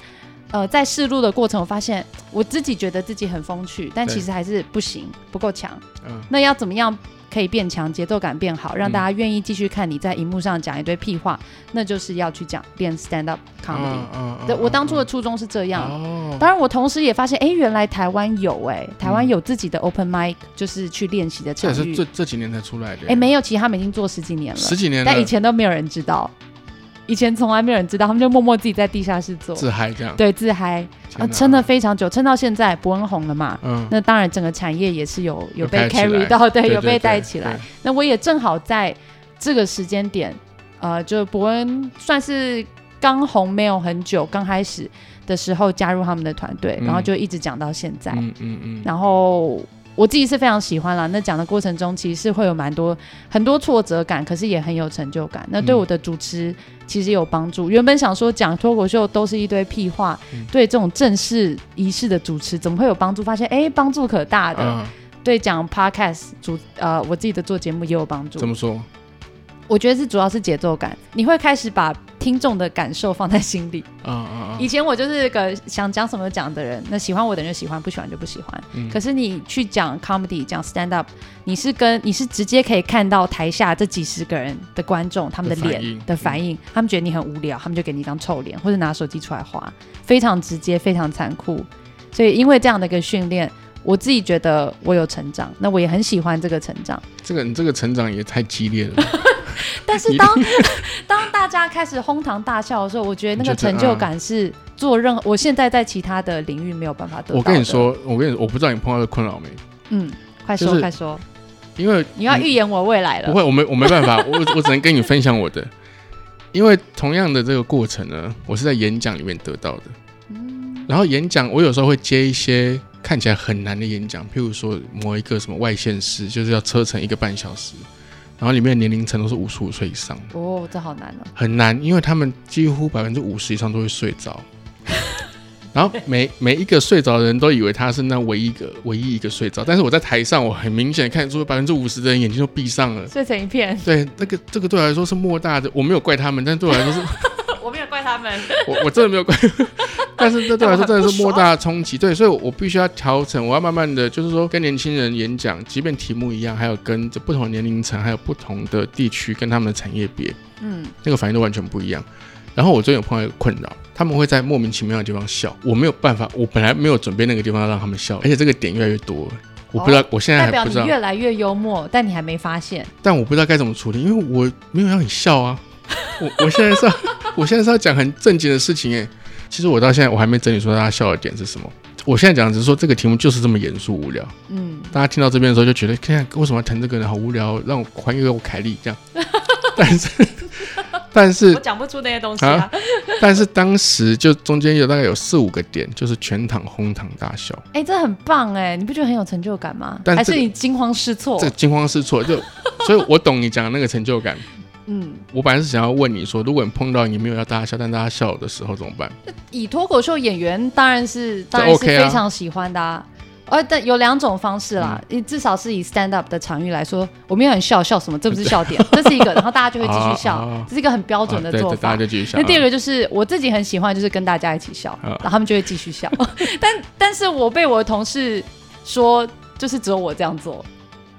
呃，在试录的过程，我发现我自己觉得自己很风趣，但
对
其实还是不行，不够强。
嗯，
那要怎么样可以变强，节奏感变好，让大家愿意继续看你在荧幕上讲一堆屁话，那就是要去讲练 stand up comedy。
嗯
对我当初的初衷是这样，
哦，
当然，我同时也发现，哎，原来台湾有哎、台湾
嗯
有自己的 open mic，就是去练习的
这
场
也是这
域。
这几年才出来的，
哎，没有，其实他们已经做十几年了，
十几年了
但以，前都没有人知道，以前从来没有人知道，他们就默默自己在地下室做，
自嗨这样，
对，自嗨啊，
天哪
撑了，非常久，撑到现在，伯恩红了嘛。
嗯，
那当然，整个产业也是有有被
有带起来
carry 到，对，
对
有被带起来。，那我也正好在这个时间点，呃，就伯恩算是刚红没有很久，刚开始的时候加入他们的团队，
嗯
然后就一直讲到现在。
对对对嗯嗯嗯，
然后我自己是非常喜欢啦。那讲的过程中，其实是会有蛮多很多挫折感，可是也很有成就感。那对
嗯
我的主持其实有帮助。原本想说讲脱口秀都是一堆屁话，
嗯
对这种正式仪式的主持怎么会有帮助？发现哎，帮助可大的。
嗯，
对讲 podcast 主呃，我自己的做节目也有帮助
怎。么说？
我觉得是主要是节奏感，你会开始把听众的感受放在心里。
啊啊
以前我就是个想讲什么就讲的人，那喜欢我的人就喜欢，不喜欢就不喜欢。
嗯
可是你去讲 comedy 讲 stand up，你是跟你是直接可以看到台下这几十个人的观众他们的
的反
脸
应嗯
的反应，他们觉得你很无聊，他们就给你一张臭脸，或者拿手机出来划，非常直接，非常残酷。所以因为这样的一个训练，我自己觉得我有成长，那我也很喜欢这个成长。
这个你这个成长也太激烈了吧，
但是
你
当当大家开始哄堂大笑的时候，我觉得那个
你就觉得嗯
成就感是做任何我现在在其他的领域没有办法得到。
我跟你，说，我跟你，我不知道你碰到的困扰没，
嗯，快说、
就是
快说，
因为
你要预言我未来了
不。会，我没我没办法，我我只能跟你分享我的，因为同样的这个过程呢，我是在演讲里面得到的。然后演讲，我有时候会接一些看起来很难的演讲，譬如说某一个什么外县市，就是要车程一个半小时，然后里面的年龄层都是五十五岁以上，
哦，这好难哦。
很难，因为他们几乎百分之五十以上都会睡着。然后每每一个睡着的人都以为他是那唯一一个唯一一个睡着，但是我在台上，我很明显地看得出百分之五十的人眼睛都闭上了，
碎成一片，
对，那个这个对我来说是莫大的，我没有怪他们，但对我来说是，
我没有怪他们。
我我真的没有怪， 但是这对我来说真的是莫大的冲击。对，所以我必须要调整，我要慢慢的，就是说跟年轻人演讲，即便题目一样，还有跟这不同的年龄层，还有不同的地区，跟他们的产业别，
嗯，
那个反应都完全不一样。然后我最近有碰到一个困扰，他们会在莫名其妙的地方笑，我没有办法，我本来没有准备那个地方要让他们笑，而且这个点越来越多了，我不知道，我现在
哦代
还
表
不
你
知道，
越来越幽默，但你还没发现。
但我不知道该怎么处理，因为我没有让你笑啊。我我现在是要， 我现在是要讲很正经的事情哎、其实我到现在我还没整理出大家笑的点是什么。我现在讲的只是说这个题目就是这么严肃无聊，
嗯，
大家听到这边的时候就觉得，看为什么要谈这个呢？好无聊，让我还给我凯莉这样。 但是，但是
讲不出那些东
西啊。但是当时就中间有大概有四五个点，就是全场哄堂大笑，
哎，这很棒哎，你不觉得很有成就感吗？
但
还
这
是
个
你惊慌失措
这？个惊慌失措，就所以我懂你讲的那个成就感。
嗯，
我本来是想要问你说，如果你碰到你没有要大家笑，但大家笑的时候怎么办？
以脱口秀演员当然是当然是
OK 啊
非常喜欢的啊。呃，但有两种方式啦，
嗯
你至少是以 stand up 的场域来说，我没有很笑，笑什么？这不是笑 点，这是一个，然后大家就会继续
啊啊
笑
啊，
这是一个很标准的
啊对
做
对大
法
家。就继续笑。
那第二个就是我自己很喜欢，就是跟大家一起笑，
啊
然后他们就会继续笑。 但但是我被我的同事说，就是只有我这样做，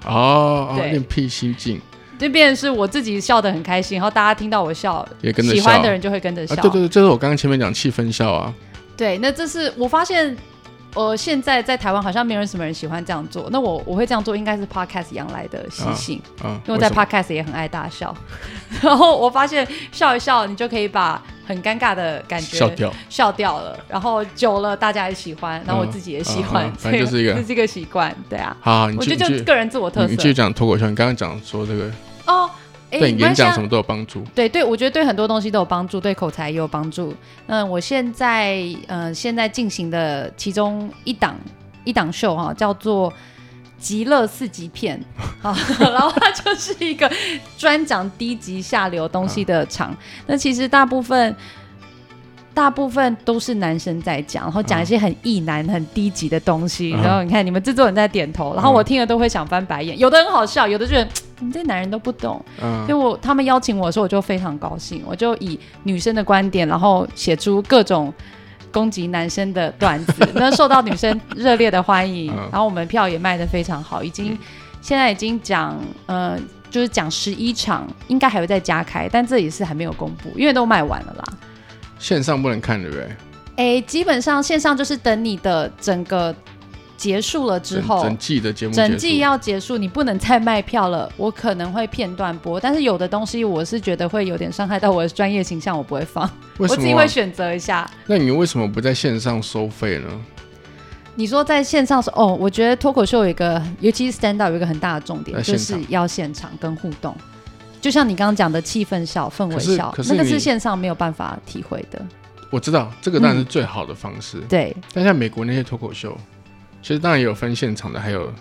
哦，哦
对
另辟蹊径，
就变成是我自己笑得很开心，然后大家听到我笑，
也跟着
喜
笑。
欢的人就会跟着
啊，
笑。
对对对，就是我刚刚前面讲气氛笑啊，
对，那这是我发现，呃，现在在台湾好像没有什么人喜欢这样做。那我我会这样做，应该是 podcast 养来的习性，
啊，
因为我在
什么
podcast 也很爱大笑。 然后我发现笑一笑，你就可以把很尴尬的感觉
笑掉，
笑掉了。然后久了，大家也喜欢，然后我自己也喜欢，
嗯嗯嗯
所
反正
以
就是一个
这是一个习惯，对啊。
好，好你
我
继
觉得
你
就
继
个人自我特
你继续
色
讲脱口秀，你刚刚讲说这个
哦。哎
对你演讲什
么？
么都有帮助。
对对，我觉得对很多东西都有帮助，对口才也有帮助。嗯，我现在嗯、呃现在进行的其中一档一档秀哈、叫做。极乐四级片，好， 然后它就是一个专讲低级下流东西的场。那其实大部分大部分都是男生在讲，然后讲一些很意男、很低级的东西。
嗯
然后你看你们制作人在点头，然后我听了都会想翻白眼，有的很好笑，有的就觉得你这男人都不懂。
嗯
所以我他们邀请我的时候，我就非常高兴，我就以女生的观点，然后写出各种攻击男生的段子，那受到女生热烈的欢迎
嗯，
然后我们票也卖得非常好，已经现在已经讲呃，就是讲十一场，应该还会再加开，但这也是还没有公布，因为都卖完了啦。
线上不能看，对不对？
哎、基本上线上就是等你的整个结束了之
整
后，
整季的节目
整
结
季
束
要结束，你不能再卖票了。我可能会片段播，但是有的东西我是觉得会有点伤害到我的专业形象，我不会放，
为
我
什
自己
么啊、
会选择一下。
那你为什么不在线上收费呢？
你说在线上说，哦，我觉得脱口秀有一个，尤其是 stand up 有一个很大的重点
在，现
就
场
是要现场跟互动。就像你刚刚讲的气氛笑、氛围
可是
笑
可，是
那个
你
是线上没有办法体会的。
我知道这个当然
嗯
是最好的方式，
对，
但像美国那些脱口秀，其实当然也有分现场的，还有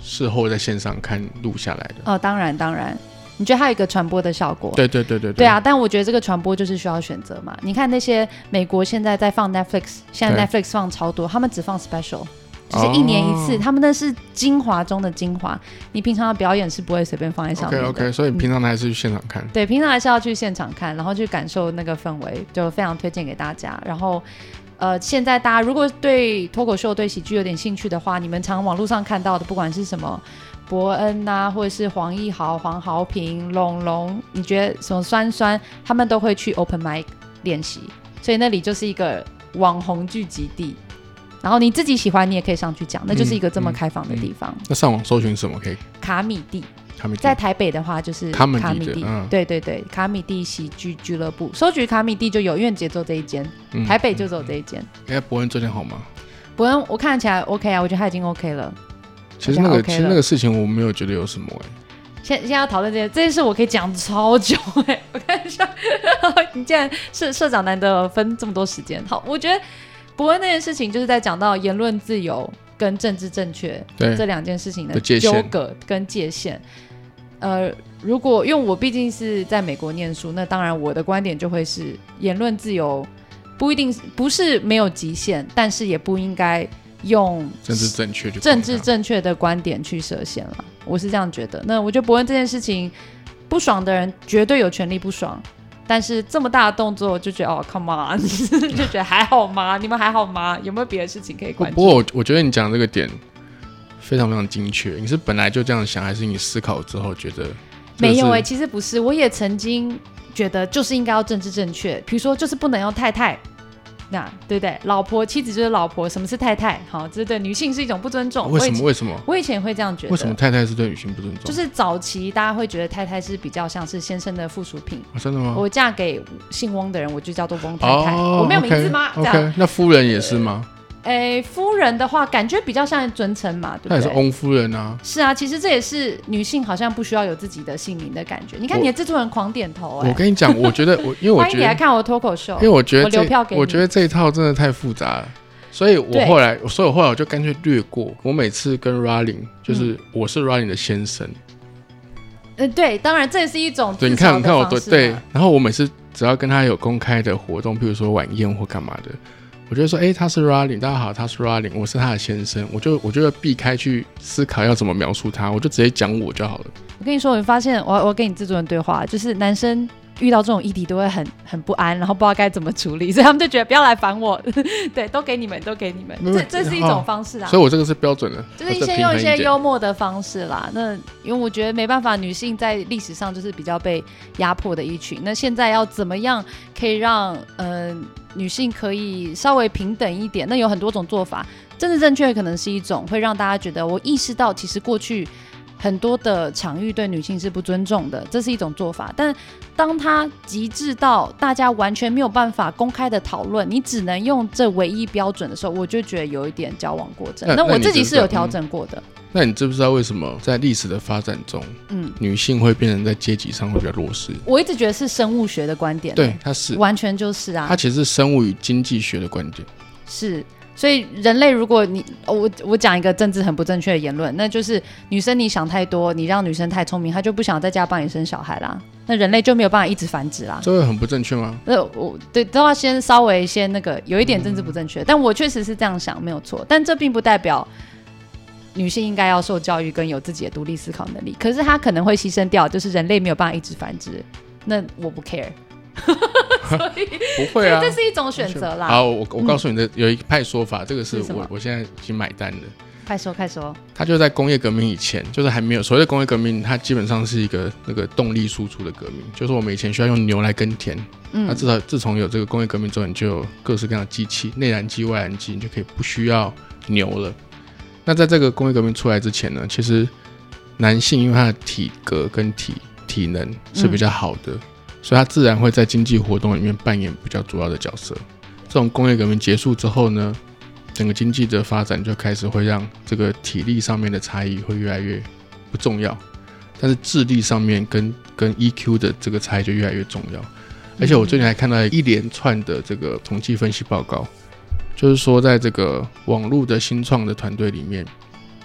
事后在线上看录下来的。
哦，当然当然，你觉得它有一个传播的效果？
对对对对
对啊，，但我觉得这个传播就是需要选择嘛。你看那些美国现在在放 Netflix，现在 Netflix 放超多，他们只放 special，就是一年一次，
哦
他们那是精华中的精华。你平常的表演是不会随便放在上
OK
面的。
OK，所以平常还是去现场看。
对，平常还是要去现场看，然后去感受那个氛围，就非常推荐给大家。然后，呃，现在大家如果对脱口秀、对喜剧有点兴趣的话，你们常网络上看到的，不管是什么伯恩呐、或者是黄义豪、黄豪平、龙龙，你觉得什么酸酸，他们都会去 open mic 练习，所以那里就是一个网红聚集地。然后你自己喜欢，你也可以上去讲，那就是一个这
嗯
么
嗯
开放的
嗯
地方。
那上网搜寻什么可以？
卡米地，
他们
在台北的话就是
卡米蒂
米
的
蒂，
嗯
对对对，卡米蒂喜剧俱乐部，收取卡米蒂就有，因为节奏这一间，
嗯
台北就只有这一间。
哎、伯恩最近好吗？
伯恩，我看起来 OK 啊，我觉得他已经 OK 了。
其实那个、
OK 了
其实那个事情我没有觉得有什么哎、
现现在要讨论这件这件事，我可以讲超久哎、 我看一下，你竟然社社长难得分这么多时间。好，我觉得伯恩那件事情就是在讲到言论自由跟政治正确这
对，
两件事情的
的嗯界
纠
限
葛跟界限。呃，如果因为我毕竟是在美国念书，那当然我的观点就会是言论自由不一定是不是没有极限，但是也不应该用
政治正确就
政治
正
正确的观点去设限了。我是这样觉得。那我觉得伯恩这件事情，不爽的人绝对有权利不爽。但是这么大的动作，就觉得哦，come on，就 觉得还好吗？你们还好吗？有没有别的事情可以
不
关
不
注？
过我我觉得你讲这个点非常非常精确。你是本来就这样想，还是你思考之后觉得这个
没有
是
哎、其实不是，我也曾经觉得就是应该要政治正确，比如说就是不能用太太，那对不对？老婆、妻子就是老婆，什么是太太？好，这对女性是一种不尊重。
为什
我以
么
前
为什么
我以前也会这样觉得，
为什么太太是对女性不尊重？
就是早期大家会觉得太太是比较像是先生的附属品。
哦真的吗？
我嫁给姓翁的人，我就叫做翁太太。
哦、
我没有名字吗
o
这
k
样，
那夫人也是吗？
哎，夫人的话，感觉比较像尊称嘛，对
她
不
也是
对？
翁夫人啊。
是啊，其实这也是女性好像不需要有自己的姓名的感觉。你看
我
你的制作人狂点头、
我
哎，
跟你讲，我觉得 我因为我
欢迎
觉
你来
得，
看我脱口秀
因为。我觉得
我留票给
这
你
我觉得这一套真的太复杂了，所以我
对
后来，所以我后来我就干脆略过。我每次跟 Rolling
嗯
就是我是 Rolling 的先生，
呃，对，当然这也哦是一种
对，
自
你
嘲
看
的
你看我
方
多
式嘛啊
对，然后我每次只要跟他有公开的活动，譬如说晚宴或干嘛的。我就会说，哎、他是 Rolling，大家好，他是 Rolling，我是他的先生，我就我就会避开去思考要怎么描述他，我就直接讲我就好了。
我跟你说，我发现我我跟你制作人对话，就是男生遇到这种议题都会很很不安，然后不知道该怎么处理，所以 他们就觉得不要来烦我， 对，都给你们，都给你们，
没有
这这是一
哦
种方式啊
所。以我这个是标准的，啊
就是
我再
先
平
用
衡
一
一
些
点
幽默的方式啦。那因为我觉得没办法，女性在历史上就是比较被压迫的一群。那现在要怎么样可以让呃女性可以稍微平等一点？那有很多种做法，政治正确可能是一种，会让大家觉得我意识到其实过去。很多的场域对女性是不尊重的，这是一种做法。但当它极致到大家完全没有办法公开的讨论，你只能用这唯一标准的时候，我就觉得有一点矫枉过正。
那
那
那
我
你
自己
觉
是
得嗯
有调整过的，
那你知不知道为什么在历史的发展中，
嗯，
女性会变成在阶级上会比较弱势？
我一直觉得是生物学的观点，
对，，它是，
完全就是啊
它，其实是生物与经济学的观点。
是。所以人类，如果你哦我我讲一个政治很不正确的言论，那就是女生你想太多，你让女生太聪明，她就不想在家帮你生小孩啦，那人类就没有办法一直繁殖啦。
这会很不正确 吗？
那我对都要先稍微先那个有一点政治不正确，但我确实是这样想，没有错。但这并不代表女性应该要受教育跟有自己的独立思考能力，可是她可能会牺牲掉，就是人类没有办法一直繁殖。那我不 care，
不会啊
这。是一种选择啦。嗯
好，我我告诉你的有一派说法，这个是
是什么
我我现在已经买单的。
快说快说，
它就在工业革命以前，就是还没有所谓的工业革命，它基本上是一个那个动力输出的革命，就是我们以前需要用牛来耕田，那
嗯
至少自从有这个工业革命之后，你就有各式各样的机器，内燃机、外燃机，你就可以不需要牛了。那在这个工业革命出来之前呢，其实男性因为他的体格跟体体能是比较好的，所以他自然会在经济活动里面扮演比较主要的角色。这种工业革命结束之后呢，整个经济的发展就开始会让这个体力上面的差异会越来越不重要，但是智力上面跟跟 EQ 的这个差异就越来越重要。而且我最近还看到一连串的这个统计分析报告，就是说在这个网络的新创的团队里面，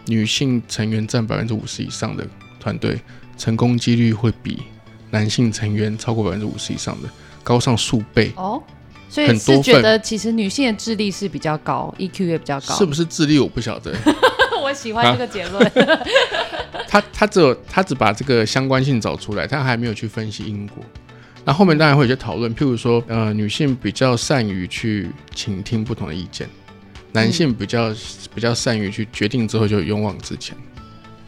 女性成员占百分之五十以上的团队，成功几率会比男性成员超过百分之五十以上的高上数倍。
哦，所以
很多
是觉
份
得其实女性的智力是比较高，EQ 也比较高。
是啊不是智力我不晓得，
我喜欢这个结论。
他他只有他只把这个相关性找出来，他还没有去分析因果。那后面当然会有些讨论，譬如说，呃，女性比较善于去倾听不同的意见，男性比较、比较善于去决定之后就勇往直前。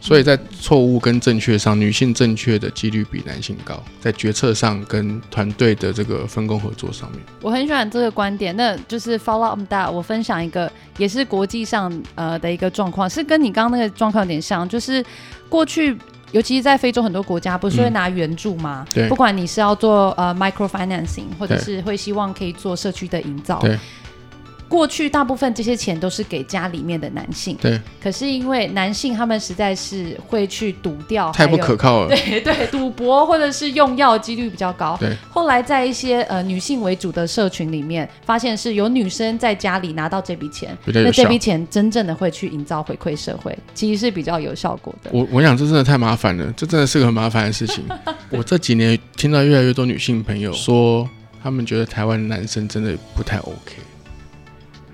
所以在错误跟正确上，女性正确的几率比男性高，在决策上跟团队的这个分工合作上面，
我很喜欢这个观点，那就是 follow up that。我分享一个也是国际上呃的一个状况，是跟你刚刚那个状况有点像，就是过去。尤其是在非洲很多国家，不是会
嗯
拿援助吗？
对
不管你是要做呃 microfinancing，或者是会希望可以做社区的营造
对。
过去大部分这些钱都是给家里面的男性，
对，
可是因为男性他们实在是会去赌掉，
太
还
不
有
可靠了。
对对，赌博或者是用药几率比较高。
对，
后来在一些呃女性为主的社群里面，发现是有女生在家里拿到这笔钱，
比较有
那这
效
笔。钱真正的会去营造回馈社会，其实是比较有效果的。
我我想这真的太麻烦了，这真的是个很麻烦的 事情。我这几年听到越来越多女性朋友说，她们觉得台湾男生真的不太 OK。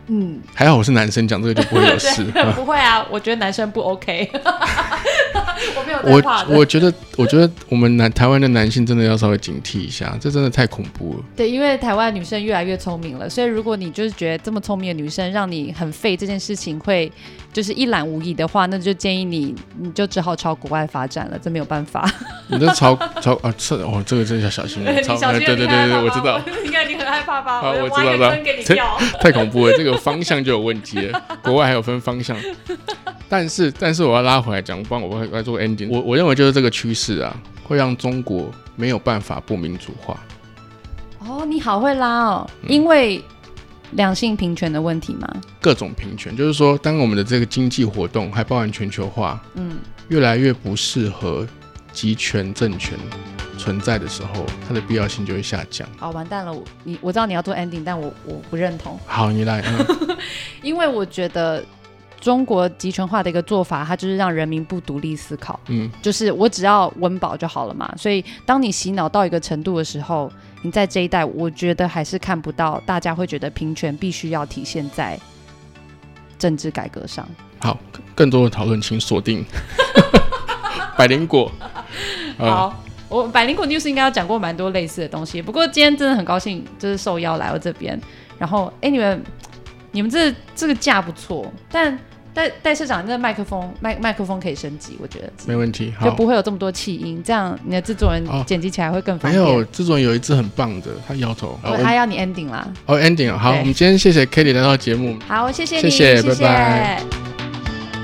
嗯，
还好我是男生，讲这个就不会 有事。啊
不会啊，我觉得男生不 OK，我没有在
我
怕的。
我觉得，我觉得我们男台湾的男性真的要稍微警惕一下，这真的太恐怖了。
对，因为台湾女生越来越聪明了，所以如果你就是觉得这么聪明的女生让你很废这件事情会就是一览无遗的话，那就建议你你就只好朝国外发展了，这没有办法。
你这超超啊，这哦，这个真的要小心 了。超哎对对对对对，我知道，，
应该你很害怕吧
好我知道知道这
掉。
太恐怖了，这个方向就有问题了。国外还有分方向，但是但是我要拉回来讲，不然我会来做 ending。我我认为就是这个趋势啊，会让中国没有办法不民主化。
哦，你好会拉哦，因为两性平权的问题嘛。
各种平权，就是说，当我们的这个经济活动还包含全球化，
嗯，
越来越不适合集权政权存在的时候，它的必要性就会下降。
好，完蛋了，我你我知道你要做 ending，但我我不认同，
好，你来，嗯，
因为我觉得中国集权化的一个做法，它就是让人民不独立思考。
嗯
就是我只要温饱就好了嘛。所以当你洗脑到一个程度的时候，你在这一代，我觉得还是看不到大家会觉得平权必须要体现在政治改革上。
好，更多的讨论请锁定 百灵果。呃，
好。我百灵果 news 应该有讲过蛮多类似的东西，不过今天真的很高兴，就是受邀来到这边。然后，哎、你们你们这这个架不错，但戴戴社长，那麦克风麦麦克风可以升级，我觉得
没问题。好，
就不会有这么多气音，这样你的制作人
哦
剪辑起来会更方
没
便。
有，制作人有一只很棒的，他摇头。好，
我
我
还
们
要你 ending 啦。
哦 ending 了好，
对
我们今天谢谢 k a t i e 来到节目。
好，谢谢你，
谢谢
谢
拜拜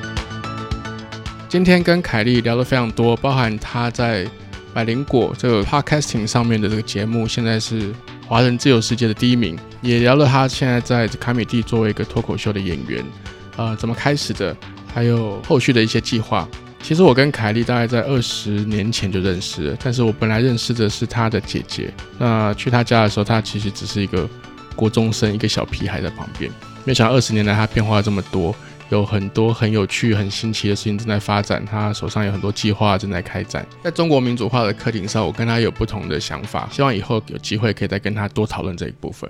今天跟凯莉聊得非常多，包含她在百灵果这个 podcasting 上面的这个节目，现在是华人自由世界的第一名，也聊了她现在在卡米蒂作为一个脱口秀的演员，呃，怎么开始的，还有后续的一些计划。其实我跟凯莉大概在二十年前就认识了，但是我本来认识的是她的姐姐。那去她家的时候，她其实只是一个国中生，一个小屁孩在旁边。没想到二十年来她变化这么多，有很多很有趣、很新奇的事情正在发展，他手上有很多计划正在开展。在中国民主化的课题上，我跟他有不同的想法，希望以后有机会可以再跟他多讨论这一部分。